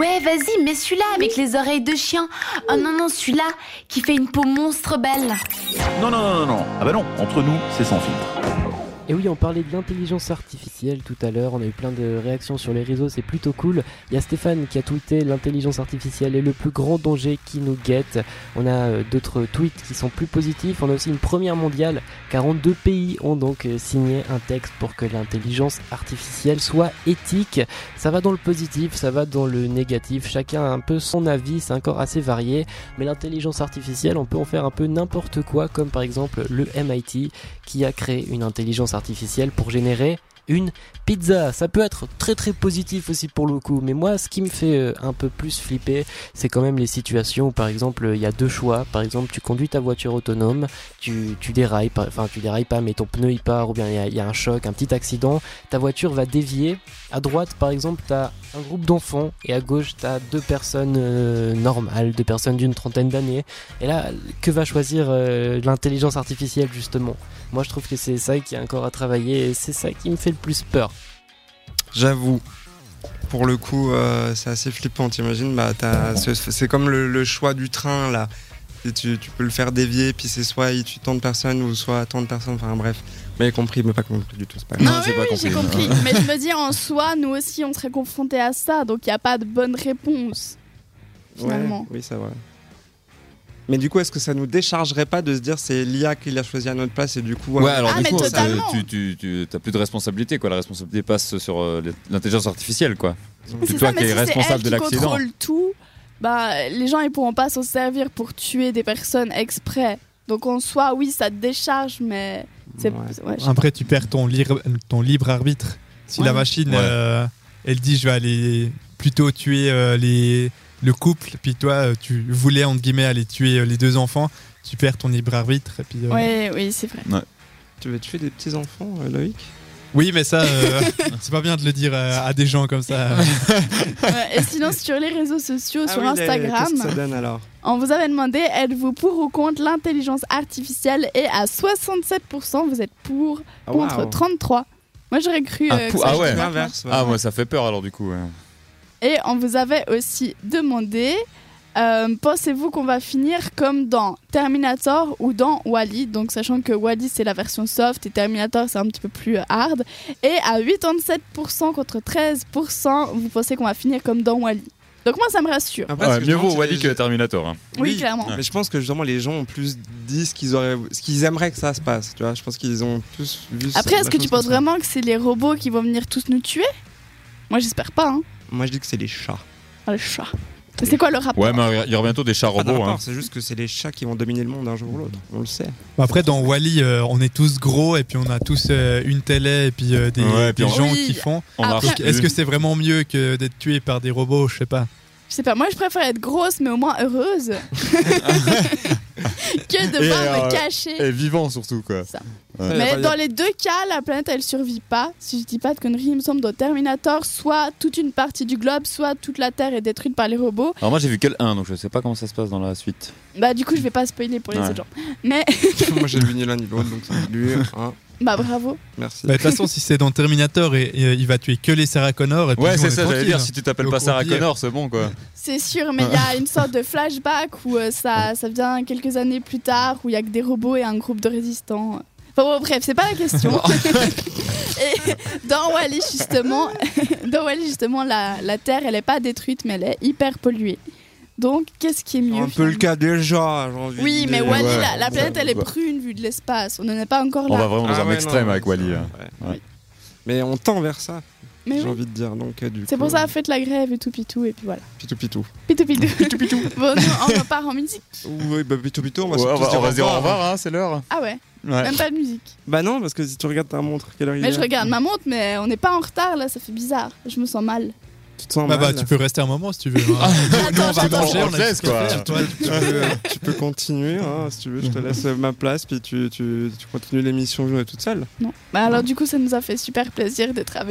Ouais, vas-y, mets celui-là avec les oreilles de chien. Oh non, non, celui-là qui fait une peau monstre belle. Non, non, non, non, non. Ah bah non, entre nous, c'est sans filtre. Et oui, on parlait de l'intelligence artificielle tout à l'heure, on a eu plein de réactions sur les réseaux, c'est plutôt cool. Il y a Stéphane qui a tweeté l'intelligence artificielle est le plus grand danger qui nous guette. On a euh, d'autres tweets qui sont plus positifs, on a aussi une première mondiale. 42 pays ont donc euh, signé un texte pour que l'intelligence artificielle soit éthique. Ça va dans le positif, ça va dans le négatif, chacun a un peu son avis, c'est encore assez varié, mais l'intelligence artificielle, on peut en faire un peu n'importe quoi, comme par exemple le MIT qui a créé une intelligence artificielle pour générer une pizza. Ça peut être très très positif aussi pour le coup, mais moi ce qui me fait euh, un peu plus flipper, c'est quand même les situations où par exemple il y a deux choix. Par exemple, tu conduis ta voiture autonome, tu, tu dérailles, par- enfin tu dérailles pas, mais ton pneu il part, ou bien il y a- il y, a un choc, un petit accident, ta voiture va dévier. À droite par exemple, tu as un groupe d'enfants et à gauche tu as deux personnes euh, normales, deux personnes d'une trentaine d'années. Et là, que va choisir euh, l'intelligence artificielle justement moi, je trouve que c'est ça qui est encore à travailler et c'est ça qui me fait le plus peur. J'avoue. Pour le coup, euh, c'est assez flippant, t'imagines bah, t'as- C'est c'est comme le, le choix du train, là. Et tu, tu peux le faire dévier, puis c'est soit il tue tant de personnes ou soit tant de personnes, enfin bref. Mais compris, mais pas compris du tout, c'est pas grave. Ah j'ai oui, pas oui, j'ai compris. compris. Mais je me dis, en soi, nous aussi, on serait confrontés à ça, donc il n'y a pas de bonne réponse. Finalement. Ouais, oui, c'est vrai. Mais du coup, est-ce que ça nous déchargerait pas de se dire c'est l'IA qui l'a choisi à notre place et du coup. Ouais, euh, alors Ah, du mais coup, ça- totalement. tu, tu, tu t'as plus de responsabilité, quoi. La responsabilité passe sur euh, l'intelligence artificielle, quoi. C'est toi qui mais es si c'est responsable elle de qui l'accident. contrôle tout, bah, les gens, ils pourront pas s'en servir pour tuer des personnes exprès. Donc en soi, oui, ça te décharge, mais... c'est- ouais. ouais, je- Après, tu perds ton, libre- ton libre arbitre. Si la machine, Ouais. euh, elle dit je vais aller plutôt tuer euh, les, le couple, puis toi, euh, tu voulais entre guillemets aller tuer euh, les deux enfants, tu perds ton libre arbitre. Et puis, euh, Ouais, oui, c'est vrai. Tu veux tuer des petits enfants, euh, Loïc Oui, mais ça, euh, c'est pas bien de le dire euh, à des gens comme ça. Ouais, et sinon, sur les réseaux Ah sociaux, sur Instagram, Qu'est-ce que ça donne alors on vous avait demandé êtes-vous pour ou contre l'intelligence artificielle Et à 67%, vous êtes pour, Ah, contre waouh. 33%. Moi, j'aurais cru Ah, euh, que pour- ça ah ouais. jouait maintenant. L'inverse, ouais. Ah, moi, ça fait peur, alors, du coup. ouais. Et on vous avait aussi demandé euh, pensez-vous qu'on va finir comme dans Terminator ou dans Wally Donc, sachant que Wally c'est la version soft et Terminator c'est un petit peu plus euh, hard. Et à 87% contre 13%, vous pensez qu'on va finir comme dans Wally. Donc, moi ça me rassure. Après, Ouais, ce que mieux je pense, vaut c'est Wally les- que Terminator. hein. Oui, clairement. Mais je pense que justement les gens ont plus dit ce qu'ils auraient, ce qu'ils aimeraient que ça se passe. Tu vois, je pense qu'ils ont plus vu. ça- Après, la est-ce que chose tu comme ça. penses hein. vraiment que c'est les robots qui vont venir tous nous tuer Moi j'espère pas, hein. Moi, je dis que c'est les chats. Ah, le chat. C'est quoi le rapport Ouais, mais il y aura bientôt des chats Pas de robots. rapport, hein. C'est juste que c'est les chats qui vont dominer le monde un jour ou l'autre. On le sait. Après, dans Wally, euh, on est tous gros et puis on a tous euh, une télé et puis euh, des, Ouais, et puis des on- gens Oui. qui font. On hein, marche Après- plus. Est-ce que c'est vraiment mieux que d'être tué par des robots Je sais pas. Je sais pas, moi je préfère être grosse mais au moins heureuse que de Et, devoir euh, me cacher. Et vivant, surtout, quoi. Ouais. Mais dans les deux cas, la planète elle survit pas. Si je dis pas de conneries, il me semble dans Terminator, soit toute une partie du globe, soit toute la Terre est détruite par les robots. Alors, moi, j'ai vu que le 1, donc je sais pas comment ça se passe dans la suite. Bah du coup, je vais pas spoiler pour les Ouais. autres gens. Mais Moi, j'ai vu ni l'un ni l'autre, donc c'est lui. hein, bah bravo. Merci. Bah, De toute façon, si c'est dans Terminator, et, et, euh, il va tuer que les Sarah Connor. Et puis Ouais, nous, on c'est est ça, j'allais tranquille. dire. Si tu t'appelles Donc, pas Sarah on dit- Connor, c'est bon, quoi. C'est sûr, mais il y a une sorte de flashback où euh, ça, ça vient quelques années plus tard, où il y a que des robots et un groupe de résistants. Enfin bon, bref, c'est pas la question. et dans Wally justement, dans Wall-E, justement, la, la Terre elle est pas détruite, mais elle est hyper polluée. Donc qu'est-ce qui est mieux un peu le cas déjà. j'ai envie Oui, de mais dire. Wally, ouais. la, la planète elle est Ouais. prune vue de l'espace. On n'en est pas encore On va là. vraiment dans Ah un ouais, extrême non, avec c'est- Wally. hein. ouais. Mais on tend vers ça, Mais j'ai oui. envie de dire. Donc, euh, du C'est coup, pour ça faites la grève et tout pitou et puis voilà. Pitou pitou. Pitou pitou. bon, nous, on repart en musique. Oui, bah pitou pitou, on va Ouais, surtout on va- on va se dire au hein. revoir, hein, c'est l'heure. Ah ouais, Ouais. même pas de musique. Bah non, parce que si tu regardes ta montre, quelle heure il Mais je est regarde ma montre, mais on n'est pas en retard là, ça fait bizarre. Je me sens mal. Tu te sens Bah, bah, mal. tu peux rester un moment si tu veux. hein. Attends, va j'attends. manger, on on a laisse, juste à quoi. faire, toi, tu- tu peux, euh, tu peux continuer, hein, si tu veux, je te laisse ma place, puis tu, tu, tu continues l'émission euh, toute seule. Non. Bah alors du coup, ça nous a fait super plaisir d'être avec